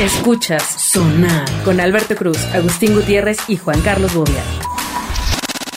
Escuchas Sonar con Alberto Cruz, Agustín Gutiérrez y Juan Carlos Bobia.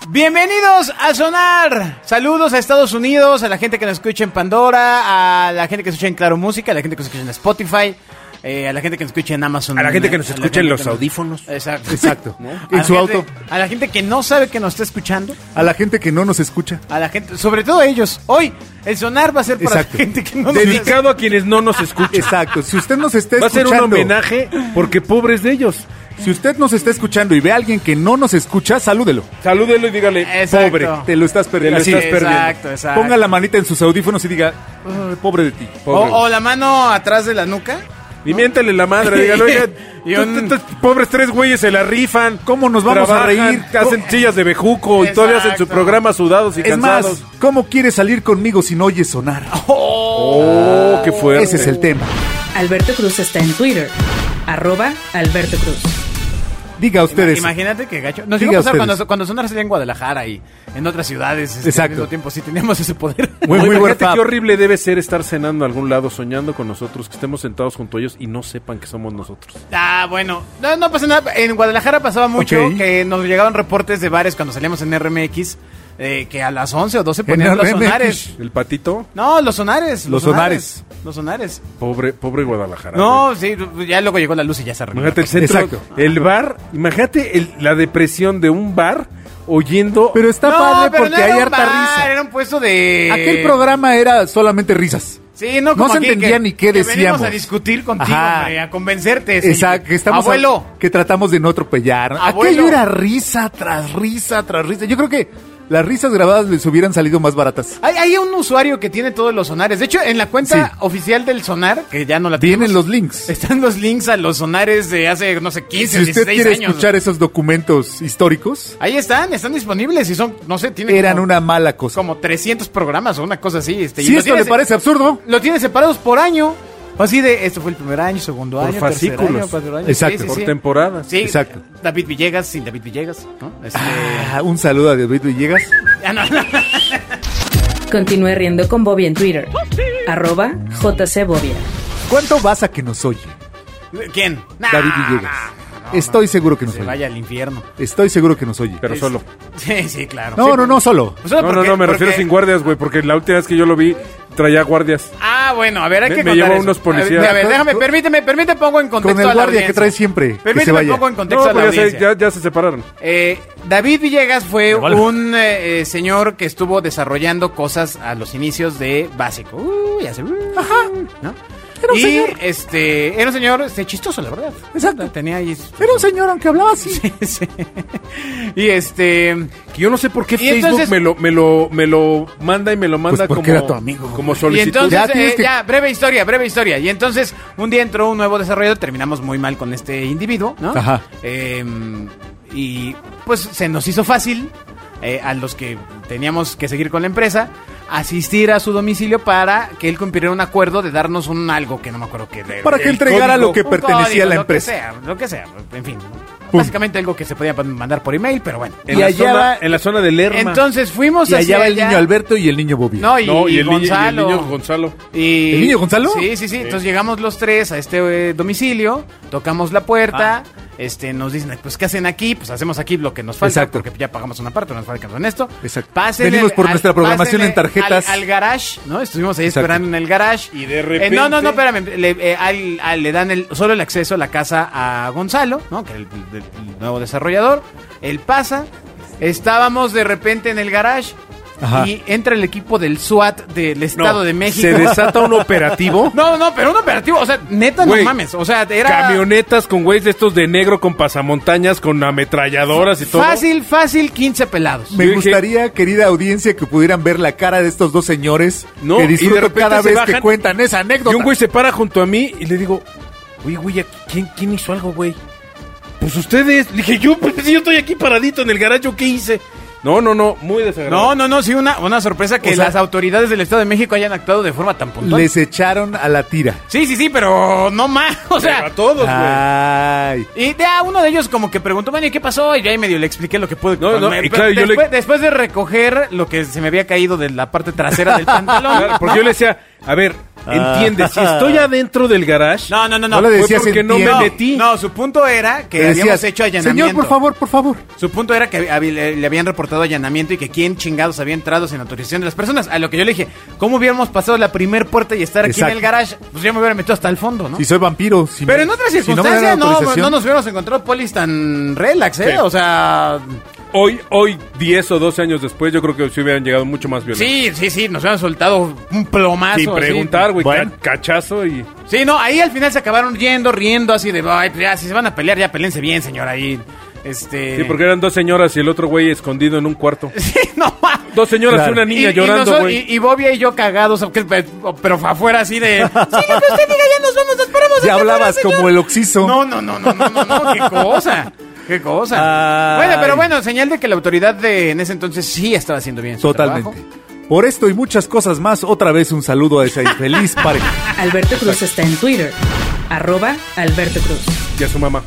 Bienvenidos a Sonar. Saludos a Estados Unidos, a la gente que nos escucha en Pandora, a la gente que escucha en Claro Música, a la gente que nos escucha en Spotify, eh, a la gente que nos escucha en Amazon. A la gente que nos a la escucha gente en los que nos- audífonos. Exacto. Exacto. ¿No? En A la su gente- auto. A la gente que no sabe que nos está escuchando. A la gente que no nos escucha. A la gente, sobre todo a ellos. Hoy, el sonar va a ser para Exacto. la gente que no nos Dedicado a quienes no nos escuchan. Exacto. Si usted nos está Va a ser escuchando. un homenaje porque pobres de ellos. Si usted nos está escuchando y ve a alguien que no nos escucha, salúdelo. Salúdelo y dígale, Exacto. pobre. Te lo Te estás lo perdiendo. estás Así. perdiendo. Exacto, exacto. Ponga la manita en sus audífonos y diga, "Ay, pobre de ti. O, pobre. o la mano atrás de la nuca. Y miéntale la madre, dígale, oiga, Y tú- un- tú- tú- pobres tres güeyes se la rifan. ¿Cómo nos vamos a trabajan, reír? Hacen sillas de bejuco y Exacto. todavía hacen su programa sudados y Es más, cansados. ¿cómo quieres salir conmigo si no oyes sonar? Oh, qué fuerte. Ese es el tema. Alberto Cruz está en Twitter, arroba Alberto Cruz. Diga ustedes. Imagínate que gacho. Nos Diga iba a pasar ustedes. cuando, cuando sonar salía en Guadalajara y en otras ciudades. este, Al Exacto. mismo tiempo, sí teníamos ese poder. Muy, No, muy buen imagínate fab. qué horrible debe ser estar cenando a algún lado, soñando con nosotros, que estemos sentados junto a ellos y no sepan que somos nosotros. Ah, bueno. No, no pasa nada. En Guadalajara pasaba mucho Ok. que nos llegaban reportes de bares cuando salíamos en RMX eh, que a las 11 o 12 ponían En los RMX. sonares. El patito, No, los sonares. Los Los sonares. pobre, pobre Guadalajara. No, sí, ya luego llegó la luz y ya se arregló. Imagínate el centro, Exacto. el bar, imagínate el- la depresión de un bar oyendo... Pero está No, padre pero no porque era hay un harta bar, Eh. risa. Era un puesto de. Aquel programa era solamente risas. Sí, no, como se aquí, entendía que- ni qué que decíamos. Venimos a discutir contigo, Ajá. hombre, a convencerte. sí. Exacto, que estamos a- Abuelo. que tratamos de no atropellar. Abuelo. Aquello era risa tras risa tras risa. Yo creo que las risas grabadas les hubieran salido más baratas. Hay, hay un usuario que tiene todos los sonares. De hecho, en la cuenta Sí. oficial del sonar, que ya no la Vienen tenemos, los links. Están los links a los sonares de hace, no sé, 15, Si usted 16 quiere años. escuchar esos documentos históricos, Ahí están, están disponibles y son, no sé, tienen eran como, una mala cosa. como 300 programas o una cosa así. Este, y Si lo esto tiene le se- parece absurdo, Lo tienen separados por año. Pues Así de, esto fue el primer año, segundo Por año, tercer fascículos. año, cuatro años. Exacto. por temporadas. Sí, Exacto. David Villegas, sin David Villegas, ¿no? Este- ah, un saludo a David Villegas. Ah, no, no. Continúe riendo con Bobia en Twitter, arroba JC Bobia. ¿Cuánto vas a que nos oye, ¿Quién? David Nah, Villegas? nah, no, Estoy seguro que no, nos se oye. vaya al infierno. Estoy seguro que nos oye. Pero solo. Sí, sí, claro. Sí, No, no, no, solo. pues solo no, no, porque- no, me refiero porque- sin guardias, güey, porque la última vez que yo lo vi traía guardias. Ah, bueno, a ver, hay Me- que me contar llevó eso. unos policías. A ver, a ver, Con- déjame, permíteme, permíteme pongo en contexto Con el a la guardia que audiencia. trae siempre. que se Permíteme vaya. pongo en contexto No, a la pues ya, se, audiencia. ya- ya se separaron. Eh, David Villegas fue vale. un eh, eh, señor que estuvo desarrollando cosas a los inicios de básico. Uh, ya se- uh, ¿no? Era un y señor. este era un señor este, chistoso, la verdad. Exacto. Tenía ahí. Era un señor, aunque hablaba así. Sí. y este Que yo no sé por qué Y Facebook entonces- me, lo, me, lo, me lo manda y me lo manda Pues porque como, era tu amigo. como Y solicitud. entonces, Ya eh, ya, tienes que- breve historia, breve historia. Y entonces, un día entró un nuevo desarrollo, terminamos muy mal con este individuo, ¿no? Ajá. Eh, y pues se nos hizo fácil eh, a los que teníamos que seguir con la empresa asistir a su domicilio para que él cumpliera un acuerdo de darnos un algo que no me acuerdo qué era. Para que El entregara código. lo que un pertenecía código, a la lo que empresa. sea, Lo que sea, en fin. Básicamente algo que se podía mandar por email, pero bueno. en, y la allá zona, va- en la zona del Lerma. Entonces fuimos Y allá hacia va el niño Alberto y el niño Bobby. No, y, no, y, y el niño- y el Gonzalo. niño Gonzalo. Y- ¿El niño Gonzalo? Sí, sí, sí. Entonces llegamos los tres a este eh, domicilio, tocamos la puerta, Ah. este, nos dicen, pues, ¿qué hacen aquí? Pues hacemos aquí lo que nos falta, Exacto. porque ya pagamos una parte, nos falta en esto. Exacto. Pásenle Venimos por al- nuestra programación pásenle en tarjetas. Al, al garage, ¿no? Estuvimos ahí Exacto. esperando en el garage. Y de repente- Eh, no, no, no, espérame. Le, eh, al- al- le dan el, solo el acceso a la casa a Gonzalo, ¿no? Que era el, el- el nuevo desarrollador. Él pasa. Estábamos de repente en el garage. Ajá. Y entra el equipo del SWAT del No, Estado de México. Se desata un operativo. No, no, pero un operativo, o sea, neta, Güey, no mames. O sea, era. Camionetas con güeyes de estos de negro con pasamontañas, con ametralladoras y todo. Fácil, fácil, 15 pelados. Me Yo dije- gustaría, querida audiencia, que pudieran ver la cara de estos dos señores No, y que de disfruto repente cada se vez bajan que cuentan esa anécdota. Y un güey se para junto a mí y le digo, oye, güey, ¿a ¿quién, quién hizo algo, güey? Pues ustedes. Le dije, yo, pues, yo estoy aquí paradito en el garaje, ¿qué hice? No, no, no, muy No, desagradable. no, no, sí, una, una sorpresa que O sea- las autoridades del Estado de México hayan actuado de forma tan puntual. Les echaron a la tira. Sí, sí, sí, pero no Ah. más. O Pero sea, a todos, güey. Ay. y ya uno de ellos como que preguntó, bueno, ¿y qué pasó? Y ya ahí medio le expliqué lo que pude. No, no, Me- y claro, yo le- después, después de recoger lo que se me había caído de la parte trasera del pantalón. Claro, porque yo le decía, a ver, ¿Entiendes? Si estoy adentro del garage. Ah. No, no, no, no. No le fue decías porque no me entiendo. No, metí. no, su punto era que Le habíamos decías, hecho allanamiento. Señor, por favor, por favor. Su punto era que hab- le le habían reportado allanamiento y que quién chingados había entrado sin autorización de las personas. A lo que yo le dije, ¿cómo hubiéramos pasado la primer puerta y estar aquí en Exacto. el garage? Pues yo me hubiera metido hasta el fondo, ¿no? Si soy vampiro. si Pero me- en otras si no me dan circunstancias no, no, autorización. nos hubiéramos encontrado polis tan relax, ¿eh? Sí. O sea, Hoy, hoy, 10 o 12 años después, yo creo que sí hubieran llegado mucho más violentos. sí, sí, sí, nos hubieran soltado un plomazo. Sin así. preguntar, güey. Bueno. ca- Cachazo y. Sí, no, ahí al final se acabaron yendo, riendo, así de, ay, pues ya, si se van a pelear, ya pelense bien, señor, ahí. Este... Sí, porque eran dos señoras y el otro güey escondido en un cuarto. Sí, no ma- Dos señoras y Claro. una niña y, llorando, nosotros- güey. Y, y Bobia y yo cagados, aunque- pues, pero, afuera así de. Sí, lo que usted diga, ya nos vamos, nos paramos. Ya hablabas como el oxiso. No, no, no, no, no, no, no, qué cosa. Qué cosa. Ay. Bueno, pero bueno, señal de que la autoridad de en ese entonces sí estaba haciendo bien. su Totalmente. trabajo. Por esto y muchas cosas más, otra vez un saludo a esa infeliz pareja. Alberto Cruz está en Twitter. Arroba Alberto Cruz. Y a su mamá.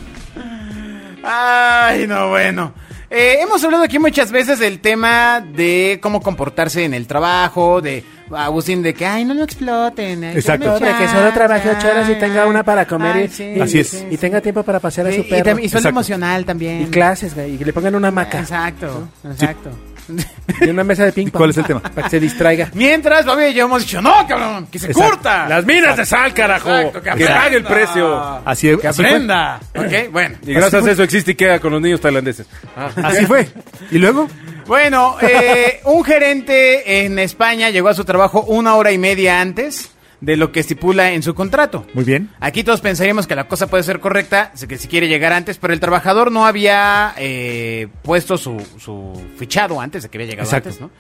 Ay, no, bueno. Eh, hemos hablado aquí muchas veces del tema de cómo comportarse en el trabajo, de Agustín, de que, ay, no lo exploten. ay, Exacto. dame De que solo trabaje ocho horas y tenga una para comer Ay, y, sí, y- Así es. y tenga tiempo para pasear a Sí, su y perro. tam- y, sueldo Exacto. emocional también. Y clases, güey, y que le pongan una hamaca Exacto, exacto. Em. y una mesa de ping pong. ¿Cuál es el tema? Para que se distraiga. Mientras, Bobby y yo hemos dicho, no, cabrón, que se Exacto. curta. Las minas de sal, carajo. Exacto, Ah. que aprenda. pague el precio. Así, Que así fue. aprenda. ok, bueno. Y gracias a eso existe IKEA con los niños tailandeses. Así fue. ¿Y luego? Bueno, eh, un gerente en España llegó a su trabajo una hora y media antes de lo que estipula en su contrato. Muy bien. Aquí todos pensaríamos que la cosa puede ser correcta, que si quiere llegar antes, pero el trabajador no había eh, puesto su, su fichado antes de que había llegado Exacto. antes, ¿no?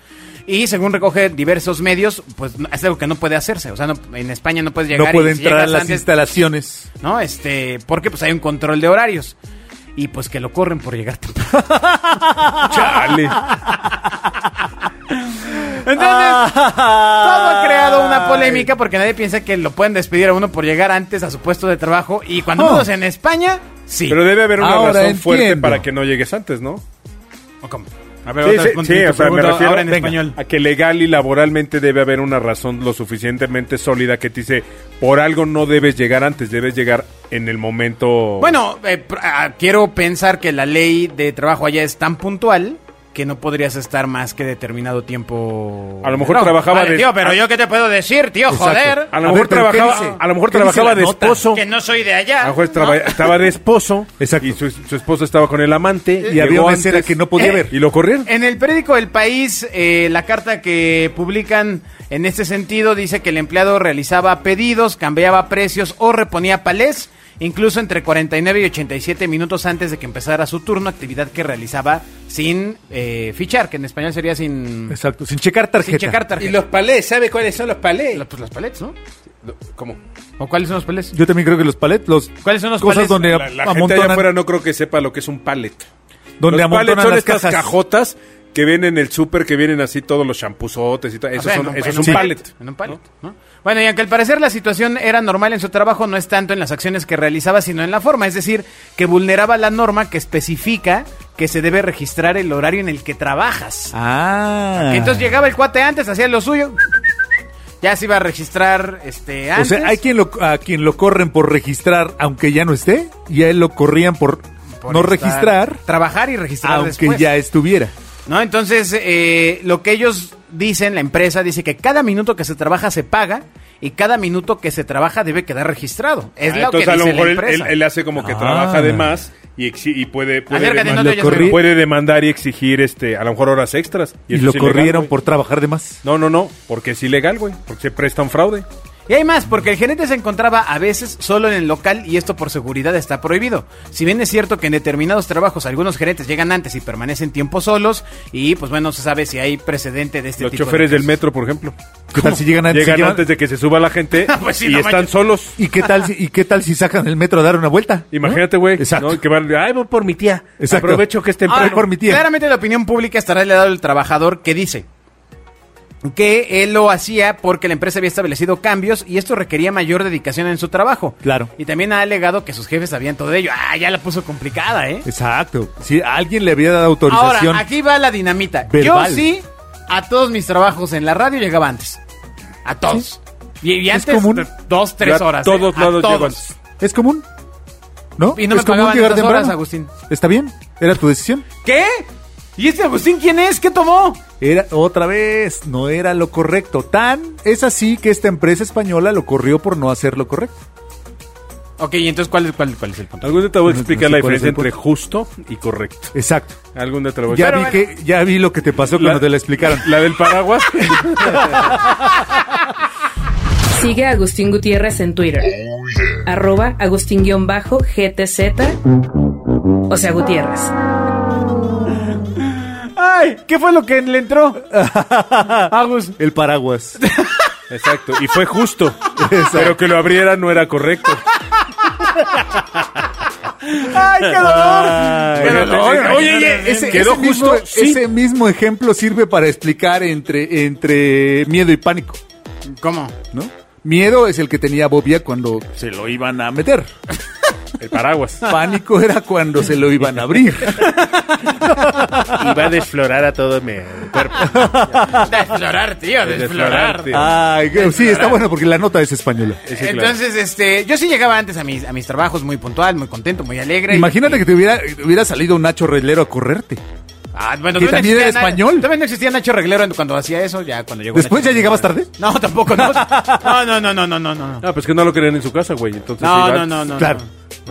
Y según recoge diversos medios, pues no- es algo que no puede hacerse. O sea, no- en España no puedes llegar No puede y si entrar a llegas las antes, instalaciones. ¿no? Este, porque pues hay un control de horarios. Y pues que lo corren por llegar temprano. Ah. Chale. Ah. Entonces, Todo ha creado una polémica porque nadie piensa que lo pueden despedir a uno por llegar antes a su puesto de trabajo. Y cuando Oh. menos en España, sí. Pero debe haber una Ahora razón fuerte entiendo. para que no llegues antes, ¿no? ¿O cómo? A ver, Sí, otra vez, sí, sí, tu o sea, me pregunta refiero ahora en venga, español. a que legal y laboralmente debe haber una razón lo suficientemente sólida que te dice, por algo no debes llegar antes, debes llegar en el momento... Bueno, eh, pr- ah, quiero pensar que la ley de trabajo allá es tan puntual que no podrías estar más que determinado tiempo. A lo mejor No, trabajaba vale, de- Ah. Tío, pero yo qué te puedo decir, tío, joder. a lo A mejor ver, pero ¿qué trabajaba, dice? a lo mejor ¿Qué dice trabajaba la de nota? esposo. Que no soy de A allá. lo mejor Ah, ¿no? traba- estaba de esposo. Exacto. Y su, su esposo estaba con el amante. Y había llegó una escena antes, que no podía Eh, ver. Y lo corrieron. En el periódico El País, eh, la carta que publican en este sentido dice que el empleado realizaba pedidos, cambiaba precios o reponía palés, incluso entre 49 y 87 minutos antes de que empezara su turno, actividad que realizaba sin eh, fichar, que en español sería sin, Exacto, sin checar tarjeta. sin checar tarjeta. palés? ¿Sabe cuáles son los palés? Los- pues los palets, ¿no? ¿Cómo? ¿O cuáles son los palés? Yo también creo que los palets, los ¿Cuáles son los cosas palets? donde La, la gente allá amontonan, afuera no creo que sepa lo que es un pallet. donde los palets amontonan son las estas cajas. cajotas que vienen en el súper, que vienen así todos los champuzotes y todo. Eso, O sea, en son- un- eso en es un sí. pallet. En un pallet, ¿no? Bueno, y aunque al parecer la situación era normal en su trabajo, no es tanto en las acciones que realizaba, sino en la forma. Es decir, que vulneraba la norma que especifica que se debe registrar el horario en el que trabajas. Ah. Entonces llegaba el cuate antes, hacía lo suyo. Ya se iba a registrar este O antes. sea, hay quien lo, a quien lo corren por registrar aunque ya no esté, y a él lo corrían por, por no estar- registrar Trabajar y registrar aunque después. ya estuviera. ¿No? Entonces, eh, lo que ellos dicen, la empresa dice que cada minuto que se trabaja se paga y cada minuto que se trabaja debe quedar registrado. Es Ah, lo que entonces dice a lo la mejor él, empresa. él- él hace como que Ah. trabaja de más y, exi- y puede, puede, Acércate, no demandar, te oyes, corrí- pero- puede demandar y exigir este a lo mejor horas extras. Y, eso lo es ilegal, corrieron güey. por trabajar de más. No, no, no, porque es ilegal, güey, porque se prestan fraude. Y hay más, porque el gerente se encontraba a veces solo en el local y esto por seguridad está prohibido. Si bien es cierto que en determinados trabajos algunos gerentes llegan antes y permanecen tiempo solos, y pues bueno, se sabe si hay precedente de este Los tipo de choferes del casos. metro, por ejemplo, ¿Qué tal si llegan antes? llegan y llevan- antes de que se suba la gente Pues sí, y no están manches. ¿Eh? solos. ¿Y qué tal si, y qué tal si sacan el metro a dar una vuelta? Imagínate, güey, Exacto. ¿no? que van, ay, voy por mi tía. Exacto. Aprovecho que es Ahora, temprano. por mi tía. Ah, Claramente la opinión pública estará del lado del trabajador que dice que él lo hacía porque la empresa había establecido cambios y esto requería mayor dedicación en su trabajo. Claro. Y también ha alegado que sus jefes sabían todo ello. Ah, ya la puso complicada, ¿eh? Exacto. Si alguien le había dado autorización. Ahora, aquí va la dinamita. Verbal. Yo sí, a todos mis trabajos en la radio llegaba antes. A todos. Y, y ¿Es antes, común? dos, tres Yo a horas. todos ¿eh? A lados llego todos. ¿Es común? ¿No? Y no ¿Es me pagaban esas horas, temprano? Agustín. ¿Está bien? ¿Era tu decisión? ¿Qué? ¿Y este Agustín quién es? ¿Qué tomó? Era, otra vez, no era lo correcto. Tan es así que esta empresa española lo corrió por no hacer lo correcto. Ok, y entonces, ¿cuál, es- cuál, cuál es el punto? Algún día te voy a No- no explicar sé la cuál es diferencia el entre punto. justo y correcto. Exacto. Algún día te lo voy a Ya explicar. vi que, ya vi lo que te pasó cuando La- te la explicaron. La del paraguas. Sigue a Agustín Gutiérrez en Twitter. Arroba Agustín-GTZ. O sea, Gutiérrez. ¡Ay! ¿Qué fue lo que le entró? Agus. El paraguas. Exacto. Y fue justo. Pero que lo abriera no era correcto. ¡Ay, qué dolor! Pero te- oye, oye, oye, ese, ¿quedó ese mismo- justo? Sí. ese mismo ejemplo sirve para explicar entre, entre miedo y pánico, ¿Cómo? ¿no? Miedo es el que tenía Bobia cuando se lo iban a meter. El paraguas. Pánico era cuando se lo iban a abrir. Y va a desflorar a todo mi cuerpo. Desflorar, tío, desflorar. Desflorarte. Ay, que- sí, está bueno porque la nota es española. Sí, claro. Entonces, este, yo sí llegaba antes a mis, a mis trabajos muy puntual, muy contento, muy alegre. Imagínate que te hubiera, hubiera salido un Nacho Reglero a correrte. Ah, bueno, que todavía no también existía era Na- español. Todavía no existía Nacho Reglero en- cuando hacía eso, ya cuando llegó. ¿Después Nacho ya llegabas Reglero. tarde? No, tampoco, no. No, no, no, no, no, no, no. Ah, pues que no lo querían en su casa, güey. Entonces, No, iba- no, no, no. claro. no,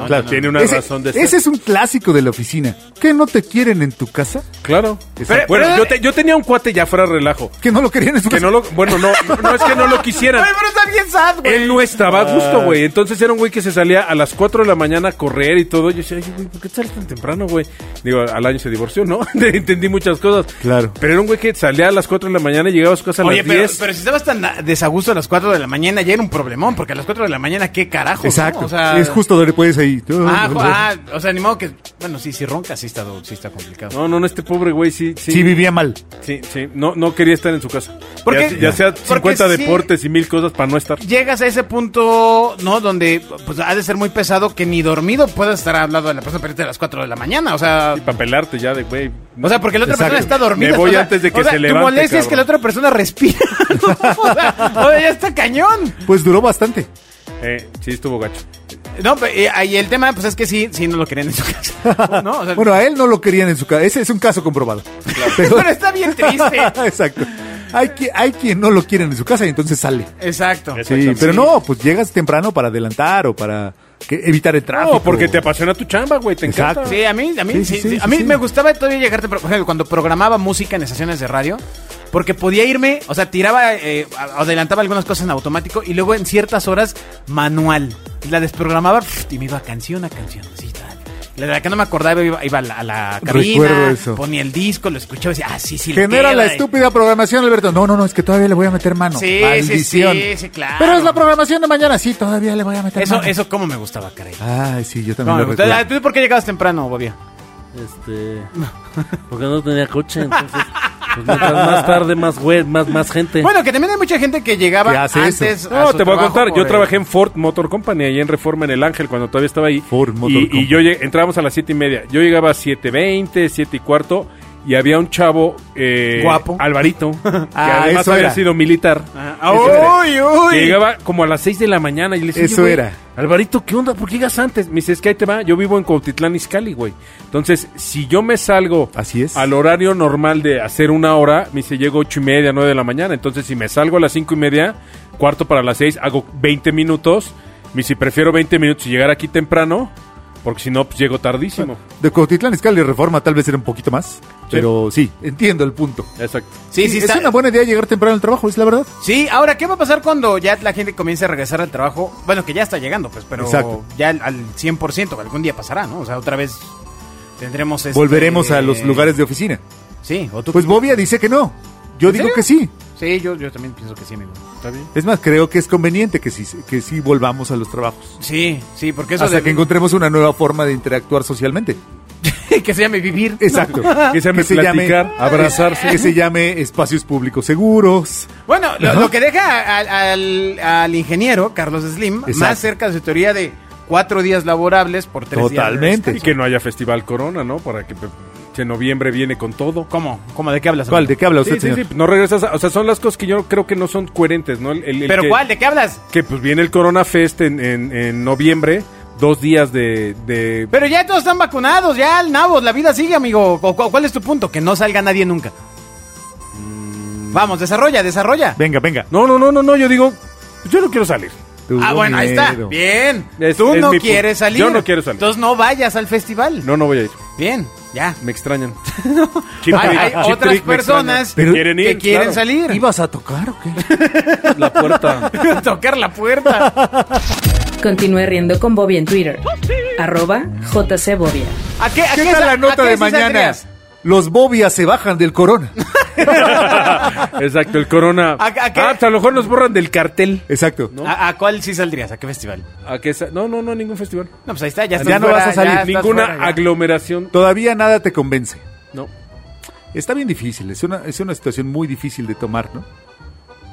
claro. no, no. Tiene una Ese- razón de ser. Ese es un clásico de la oficina. ¿Que no te quieren en tu casa? Claro. Pero- bueno, pero- yo, te- yo tenía un cuate ya fuera de relajo. ¿Que no lo querían en su Que casa? no lo. Bueno, no, no, no es que no lo quisieran. Ay, pero está bien sad, güey. Él no estaba a Ah. gusto, güey. Entonces era un güey que se salía a las 4 de la mañana a correr y todo. Yo decía, "Ay, güey, ¿por qué sales tan temprano, güey? Digo, al año se divorció, ¿no? Entendí muchas cosas. Claro. Pero era un güey que salía a las 4 de la mañana y llegaba a su casa a Oye, las pero, 10. pero si estabas tan a- desagusto a las 4 de la mañana, ya era un problemón, porque a las 4 de la mañana, qué carajo. Exacto. ¿no? O sea, es justo donde puedes ahí. Ah, jo- ah, o sea, ni modo que. Bueno, sí, sí ronca, sí está, do- sí está complicado. No, no, no, este pobre güey sí, sí. Sí, vivía mal. Sí, sí. No, no quería estar en su casa. ¿Por ya, qué? ya sea Porque 50 sí. deportes y mil cosas para no estar. Llegas a ese punto, ¿no? Donde pues ha de ser muy pesado que ni dormido puedas estar al lado de la persona perdida a las 4 de la mañana. O sea, Y para pelarte ya de güey. O sea, porque la otra Exacto. persona está dormida. Me o voy sea, antes de que o sea, se levante, Tu molestia es que cabrón. la otra persona respira. o, sea, o sea, ya está cañón. Pues duró bastante. Eh, sí, estuvo gacho. Ah, No, pe- eh, ahí el tema, pues es que sí, sí no lo querían en su casa. ¿no? O sea, Bueno, a él no lo querían en su casa. Ese es un caso comprobado. pero está bien triste. Exacto. Hay, qui- hay quien no lo quieren en su casa y entonces sale. Exacto. Sí, pero no, pues llegas temprano para adelantar o para que- evitar el tráfico. No, porque te apasiona tu chamba, güey. Te encanta. Exacto. Sí, a mí, a mí, Sí, sí, sí, sí, sí, a mí sí. me gustaba todavía llegarte, por ejemplo, cuando programaba música en estaciones de radio, porque podía irme, o sea, tiraba, eh, a- adelantaba algunas cosas en automático y luego en ciertas horas manual. Y La desprogramaba pf, y me iba canción a canción. así, tal. La de la que no me acordaba iba, iba a, la, a la Recuerdo cabina, eso. ponía el disco, lo escuchaba y decía, ah, sí, sí. le Genera queda, la y- estúpida programación, Alberto. No, no, no, es que todavía le voy a meter mano. Sí, sí, Maldición. sí, sí, claro. Pero es la programación de mañana, sí, todavía le voy a meter Eso, mano. eso cómo me gustaba, caray. Ay, sí, yo No, también me Ah, lo gustaba. recuerdo. ¿Tú por qué llegabas temprano, Bobia? Este. Porque no tenía coche, entonces. Pues mientras más tarde, más güey, más, más gente. Bueno, que también hay mucha gente que llegaba ¿Qué hace eso? antes. No, su te voy a trabajo contar. por Yo el- trabajé en Ford Motor Company, ahí en Reforma, en El Ángel, cuando todavía estaba ahí. Ford Motor y, Company. y yo llegué- entrábamos a las siete y media. Yo llegaba a 7.20, 7 y cuarto, y había un chavo... eh, Guapo. Alvarito, que Ah, además eso había era. oh, sido militar. Ah, Ese era. ¡Uy, uy! Que llegaba como a las 6 de la mañana y le decía, Eso "Oye, güey, era. Alvarito, ¿qué onda? ¿Por qué llegas antes? Me dice, es que ahí te va, yo vivo en Cuautitlán Izcalli, güey. Entonces, si yo me salgo Así es. al horario normal de hacer una hora, me dice, llego ocho y media, 9 de la mañana. Entonces, si me salgo a las cinco y media, cuarto para las 6, hago 20 minutos. Me dice, prefiero 20 minutos y llegar aquí temprano, porque si no, pues llego tardísimo. De Cuautitlán, Escala y Reforma tal vez era un poquito más, pero sí, entiendo el punto. Exacto. Sí, sí, es está- una buena idea llegar temprano al trabajo, es la verdad. Sí, ahora, ¿qué va a pasar cuando ya la gente comience a regresar al trabajo? Bueno, que ya está llegando, pues, pero Exacto. ya al, al 100%, algún día pasará, ¿no? O sea, otra vez tendremos... este- Volveremos a los lugares de oficina. Sí, o tú... Pues Bobia dice que no. Yo digo serio? que sí. Sí, yo, yo también pienso que sí, amigo. ¿Está bien? Es más, creo que es conveniente que sí, que sí volvamos a los trabajos. Sí, sí, porque eso Hasta de- que encontremos una nueva forma de interactuar socialmente. que se llame vivir. Exacto. Que se llame platicar, abrazarse. Que se llame espacios públicos seguros. Bueno, lo, lo que deja al, al- al ingeniero, Carlos Slim, más Exacto. cerca de su teoría de cuatro días laborables por tres días. Totalmente. Y que no haya festival corona, ¿no? Para que... Si en noviembre viene con todo. ¿Cómo? ¿Cómo? ¿De qué hablas? ¿Cuál? amigo? ¿De qué habla Sí, usted, sí, señor? sí, no regresas. a- o sea, son las cosas que yo creo que no son coherentes, ¿no? El- el- el ¿Pero que- cuál? ¿De qué hablas? Que pues viene el Corona Fest en, en- en noviembre, dos días de... de- Pero ya todos están vacunados, ya el nabo, la vida sigue, amigo. ¿Cu- cu- ¿Cuál es tu punto? Que no salga nadie nunca. Vamos, desarrolla, desarrolla. Venga, venga. No, no, no, no, no, yo digo, pues, yo no quiero salir. Ah, Tuvo bueno, ahí está. miedo. Bien. Es- Tú es no mi quieres punto. salir. Yo no quiero salir. Entonces no vayas al festival. No, no voy a ir. Bien, ya. Me extrañan. Hay, Chip trick, hay chip otras trick, me personas extrañan. que quieren claro. salir. ¿Ibas a tocar o qué? La puerta. a tocar la puerta. Continúe riendo con Bobia en Twitter. Arroba JCBobia. ¿A qué, a ¿Qué qué tal sa- la a nota qué de sí mañana? saldrías? Los bobias se bajan del corona. Exacto, el Corona. ¿A- a qué? Ah, pues, a lo mejor nos borran del cartel. Exacto. ¿No? ¿A, a cuál sí saldrías? ¿A qué festival? ¿A qué sa- no, no, no, ningún festival. No, pues ahí está, ya Ya estás no vas a salir ya estás Ninguna fuera, ya. aglomeración. Todavía nada te convence. No. Está bien difícil, es una, es una situación muy difícil de tomar, ¿no?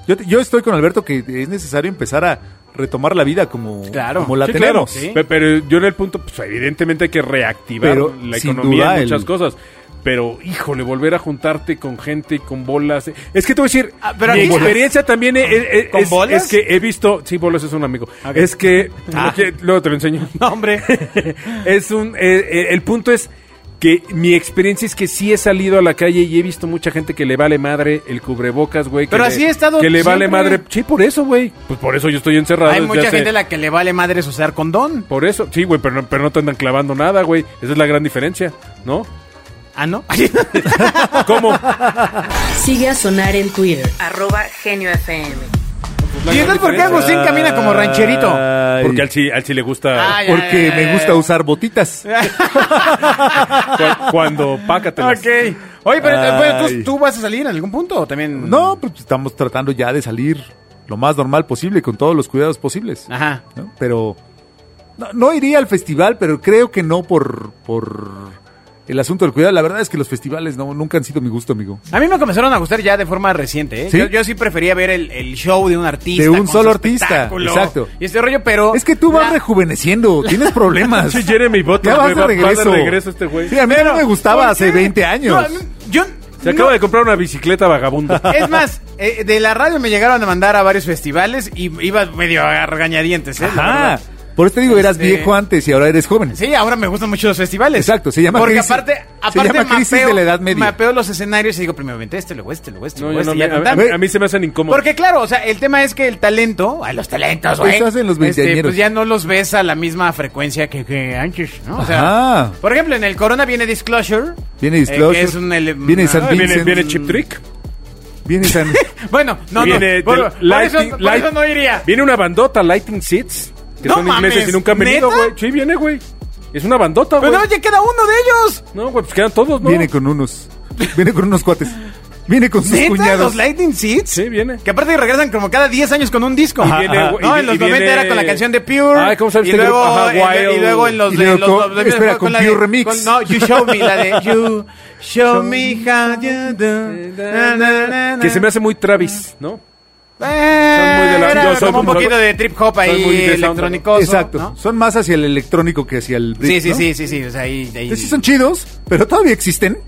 Yo, te- yo estoy con Alberto que es necesario empezar a retomar la vida como, Claro. como la Sí, claro, tenemos. sí. Pe- Pero yo en el punto, pues evidentemente hay que reactivar Pero, la sin economía duda, en muchas el- cosas. Pero, híjole, volver a juntarte con gente y con bolas. Es que te voy a decir, Ah, pero mi aquí- experiencia también es, es- ¿Con es- bolas? Ah. es que he visto. Sí, bolas es un amigo. Es que. que- Luego te lo enseño. No, hombre. es un eh, eh, el punto es que mi experiencia es que sí he salido a la calle y he visto mucha gente que le vale madre el cubrebocas, güey. que Pero le- así he estado Que le vale siempre. madre. Sí, por eso, güey. Pues por eso yo estoy encerrado. Hay desde mucha hace- gente a la que le vale madres usar condón. Por eso. Sí, güey, pero no, pero no te andan clavando nada, güey. Esa es la gran diferencia, ¿no? Ah, ¿no? ¿Cómo? Sigue a sonar en Twitter. Arroba Genio FM. ¿Y entonces por qué Agustín camina como rancherito? Ay, Porque al sí, al sí le gusta Ay, ay, porque ay, me gusta ay. usar botitas. cu- cuando pácatelas. Ok. Oye, pero eh, bueno, Ay. ¿tú, tú vas a salir en algún punto o también? No, pues estamos tratando ya de salir lo más normal posible, con todos los cuidados posibles. Ajá. ¿no? Pero no, no iría al festival, pero creo que no por, por el asunto del cuidado. La verdad es que los festivales no, nunca han sido mi gusto, amigo. A mí me comenzaron a gustar ya de forma reciente, ¿eh? ¿Sí? Yo, yo sí prefería ver el, el show de un artista. De un con solo su artista, espectáculo exacto. Y este rollo, pero... Es que tú vas la- rejuveneciendo, tienes problemas. Sí, Jeremy Butler, Ya güey, vas de va- va de regreso. regreso este güey. Sí, a mí no me gustaba ¿por hace qué? 20 años. No, a mí- yo... no. Se acaba de comprar una bicicleta vagabunda. Es más, eh, de la radio me llegaron a mandar a varios festivales y iba medio a regañadientes, ¿eh? La Ajá. verdad. Por eso te digo, eras Este- viejo antes y ahora eres joven. Sí, ahora me gustan mucho los festivales. Exacto, se llama Porque crisis- aparte, se aparte llama crisis mapeo- de la Edad Media. Mapeo los escenarios y digo, primero vente este, luego este, luego este, No, Pues luego yo este, no, me- y ya a, tan, tan. a- a mí se me hacen incómodos. Porque claro, o sea, el tema es que el talento, a los talentos, Pues güey. hacen los veinteañeros. pues ya no los ves a la misma frecuencia que, que antes, ¿no? O sea, Ajá. por ejemplo, en el Corona viene Disclosure. Viene eh, Disclosure, que es un ele- viene una- San Ah, viene, Vincent. viene Chip Trick. Viene San- Bueno, no, viene no. Por, del por eso, Lightning- por Light- eso no iría. Viene una bandota, Lighting Seats, que ¡No son ingleses mames! y nunca han venido, ¿Neta? güey. Sí, viene, güey. Es una bandota, Pero güey. no, ya queda uno de ellos. No, güey, pues quedan todos, ¿no? Viene con unos. Viene con unos cuates. Viene con sus ¿Neta? cuñados. ¿Los Lightning Seeds? Sí, viene. Que aparte regresan como cada 10 años con un disco. Y viene- Ajá. y no, vi- en los y viene- 90 era con la canción de Pure. Ay, ¿cómo sabes y este luego, grupo? Ajá, en- Wild. y luego en los Y de luego los, con- los- espera, con la Pure de- Remix. con- no, You Show Me, la de You Show Me How You Do. na, na, na, na. Que se me hace muy Travis, ¿no? Eh, muy de la- era yo soy como un muy- poquito de trip hop soy muy ahí de sound. electrónico. Exacto. Son más hacia el electrónico que hacia el Sí, brit, sí, ¿no? sí, sí, sí. O sea, ahí, ahí- Entonces, sí son chidos, pero todavía existen.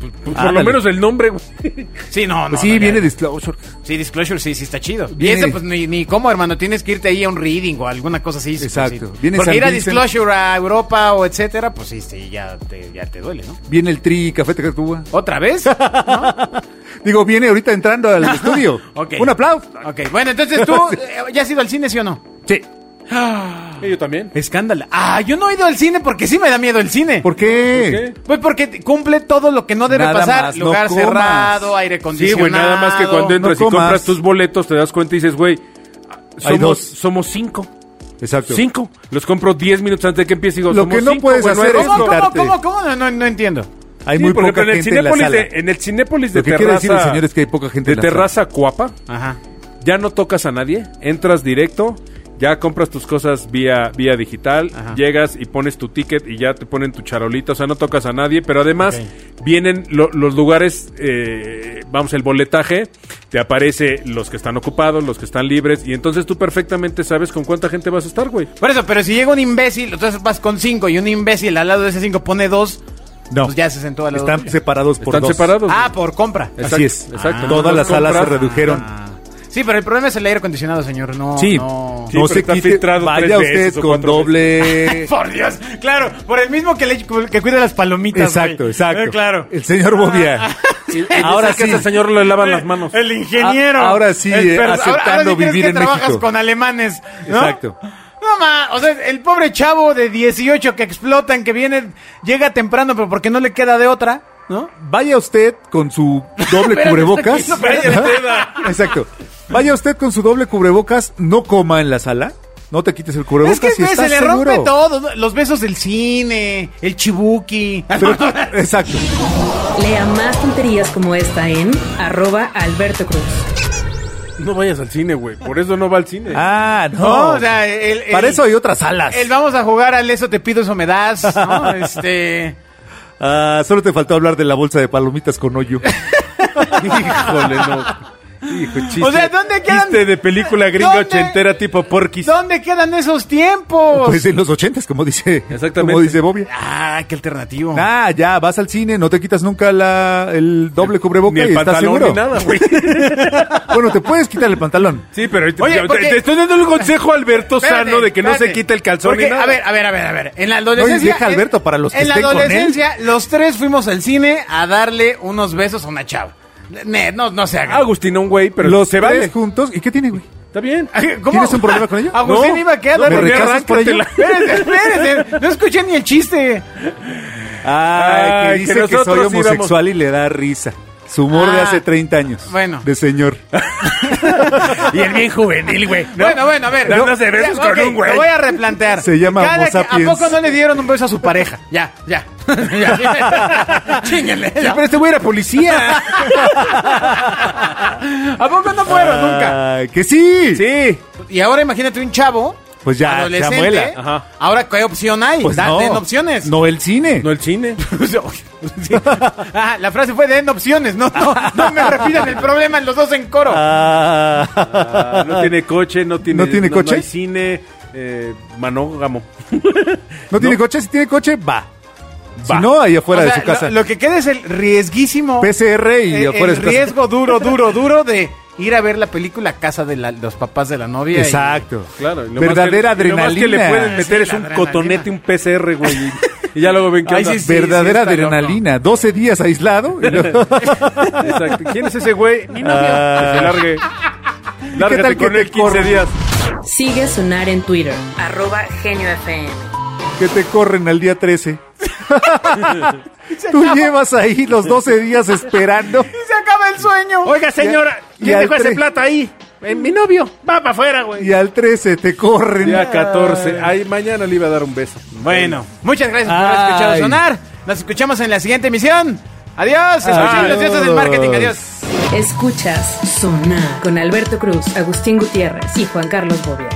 Pues por Ándale. lo menos el nombre, güey. Sí, no, no. Pues sí, no, viene ya- Disclosure. Sí, Disclosure sí, sí está chido. Viene- Y ese, pues ni, ni cómo, hermano. Tienes que irte ahí a un reading o alguna cosa así. pues, Exacto. sí. Viene Porque San ir a Vincent. Disclosure a Europa o etcétera, pues sí, sí, ya te, ya te duele, ¿no? Viene el Tri Café Tecatúa. ¿Otra vez? Digo, viene ahorita entrando al estudio. Ok. Un aplauso. ok, bueno, entonces tú, eh, ¿ya has ido al cine, sí o no? Sí. Y yo también. Escándalo. Ah, yo no he ido al cine porque sí me da miedo el cine. ¿Por qué? ¿Por qué? Pues porque te- cumple todo lo que no debe Nada pasar. más, no Lugar comas. cerrado, aire Sí, acondicionado. güey, nada más que cuando entras no y compras comas. tus boletos te das cuenta y dices, güey, somos, dos. somos cinco. Exacto. Cinco. Los compro diez minutos antes de que empiece y digo, Lo somos que no cinco, puedes güey, hacer eres es- ¿Cómo, loco. cómo, Quitarte. cómo, cómo? No, no, no entiendo. Hay Sí, muy por ejemplo, poca en el gente en la Cinépolis sala. de- en el Cinépolis de Lo que quiere decir el terraza- señor es que hay poca gente de en la sala. terraza cuapa. Ajá. ya no tocas a nadie, entras directo, ya compras tus cosas vía, vía digital, Ajá. llegas y pones tu ticket y ya te ponen tu charolita, o sea, no tocas a nadie, pero además vienen lo- los lugares, eh, vamos, el boletaje, te aparece los que están ocupados, los que están libres, y entonces tú perfectamente sabes con cuánta gente vas a estar, güey. Por eso, pero si llega un imbécil, entonces vas con cinco y un imbécil al lado de ese cinco pone dos. No. pues ya se sentó al lado Están tuyo. separados por Están dos. separados. Ah, por compra. Exacto, Así es. exacto. Todas Ah. las salas se Compras. redujeron. Ah. Sí, pero el problema es el aire acondicionado, señor. No, Sí. no. Sí, no pero se está quite. filtrado Vaya tres veces usted o con cuatro doble. Por Dios, claro, por el mismo que, le, que cuida las palomitas. exacto, güey. exacto. Eh, claro. El señor Bobia. Ahora que ese señor le lavan las manos. El ingeniero. A- ahora sí, El eh, perso- aceptando crees vivir que en trabajas México. con alemanes, ¿no? Exacto. No, ma, o sea, el pobre chavo de 18 que explotan, que viene, llega temprano, pero porque no le queda de otra, ¿no? Vaya usted con su doble Espérate, cubrebocas. está aquí, no, espérate. Ajá. Exacto. Vaya usted con su doble cubrebocas, no coma en la sala, no te quites el cubrebocas Es que y se estás le seguro. rompe todo, ¿no? los besos del cine, el chibuki. Ah, Pero- exacto. Lea más tonterías como esta en arroba Alberto Cruz. No vayas al cine, güey. Por eso no va al cine. Ah, no. No, o sea, el- el- Para eso hay otras salas. El vamos a jugar al eso te pido, eso me das, ¿no? Este... Ah, solo te faltó hablar de la bolsa de palomitas con hoyo. Híjole, no. Hijo, chiste. O sea, ¿dónde quedan- Chiste de película gringa ¿Dónde- ochentera tipo Porky's. ¿Dónde quedan esos tiempos? Pues en los ochentas, como dice, Exactamente. como dice Bobby. Ah, qué alternativo. Ah, ya, vas al cine, no te quitas nunca la, el doble Ni cubreboca el y estás pantalón seguro. ni nada, güey. Bueno, te puedes quitar el pantalón. Sí, pero ahorita- Oye, te, porque- te estoy dando el consejo a Alberto Espérate, Sano de que no se espérate. quite el calzón Porque, ni nada. A ver, a ver, a ver, a ver. En la adolescencia. No, y deja en- Alberto para los que En la estén con él. adolescencia, los tres fuimos al cine a darle unos besos a una chava. Ne- No, no se haga. Agustín, un güey, pero los se tres vale. juntos. ¿Y qué tiene, güey? Está bien. ¿Tienes un problema con ella? Agustín No, iba a quedar. no, ¿Me porque rechazas por ello? arráncatela. Espérate, espérate, no escuché ni el chiste. Ay, Ay, que Ah, dice que que, soy nosotros íbamos- homosexual y le da risa. Su humor de Ah, hace 30 años. bueno. De señor. Y el bien juvenil, güey. ¿no? Bueno, bueno, a ver. Dándose besos Ya, ok, con un güey. Lo voy a replantear. Se llama Cada Homo que- ¿A sapiens. poco no le dieron un beso a su pareja? Ya, ya. ya. Chíngale. ya. Pero este güey era policía. ¿A poco no fueron nunca? Ay, que sí. Sí. Y ahora imagínate un chavo. Pues ya, adolescente. ya muela. Ajá. Ahora, ¿qué opción hay? Pues Da- no. Den opciones. No el cine. No el cine. Sí. Ah, la frase fue den opciones, no, no, no me repitan el problema en los dos en coro. Ah. no tiene coche, no tiene, ¿No tiene coche? hay cine, eh, manógamo. ¿No tiene coche. Si tiene coche, va. Va. Si no, ahí afuera O de sea, su casa. Lo, lo que queda es el riesguísimo. PCR y el, Eh, afuera de el su casa. riesgo duro, duro, duro de ir a ver la película a casa de la- los papás de la novia. y- Exacto. Claro. y lo Verdadera más que- y lo más que adrenalina. le pueden meter Sí, es la un adrenalina. cotonete, un PCR, güey. Y, y ya luego ven que Ay, sí, sí, Verdadera está loco. adrenalina. 12 días aislado. y luego- Exacto. ¿Quién es ese güey? Mi novio. Ah. Que se largue. Lárgate tal que con te él 15 corro? días. Sigue a Sonar en Twitter, arroba Genio FM. que te corren al día 13. Tú llevas ahí los 12 días esperando. Y se acaba el sueño. Oiga, señora, Y- y ¿quién al dejó ese tres. plato ahí? Eh, mi novio. Va para afuera, güey. Y al 13 te corren. Día 14. Ay, mañana le iba a dar un beso. Bueno, muchas gracias por haber escuchado Ay. sonar. Nos escuchamos en la siguiente emisión. Adiós. Escuchen los dioses del marketing. Adiós. Escuchas Sonar con Alberto Cruz, Agustín Gutiérrez y Juan Carlos Bobia.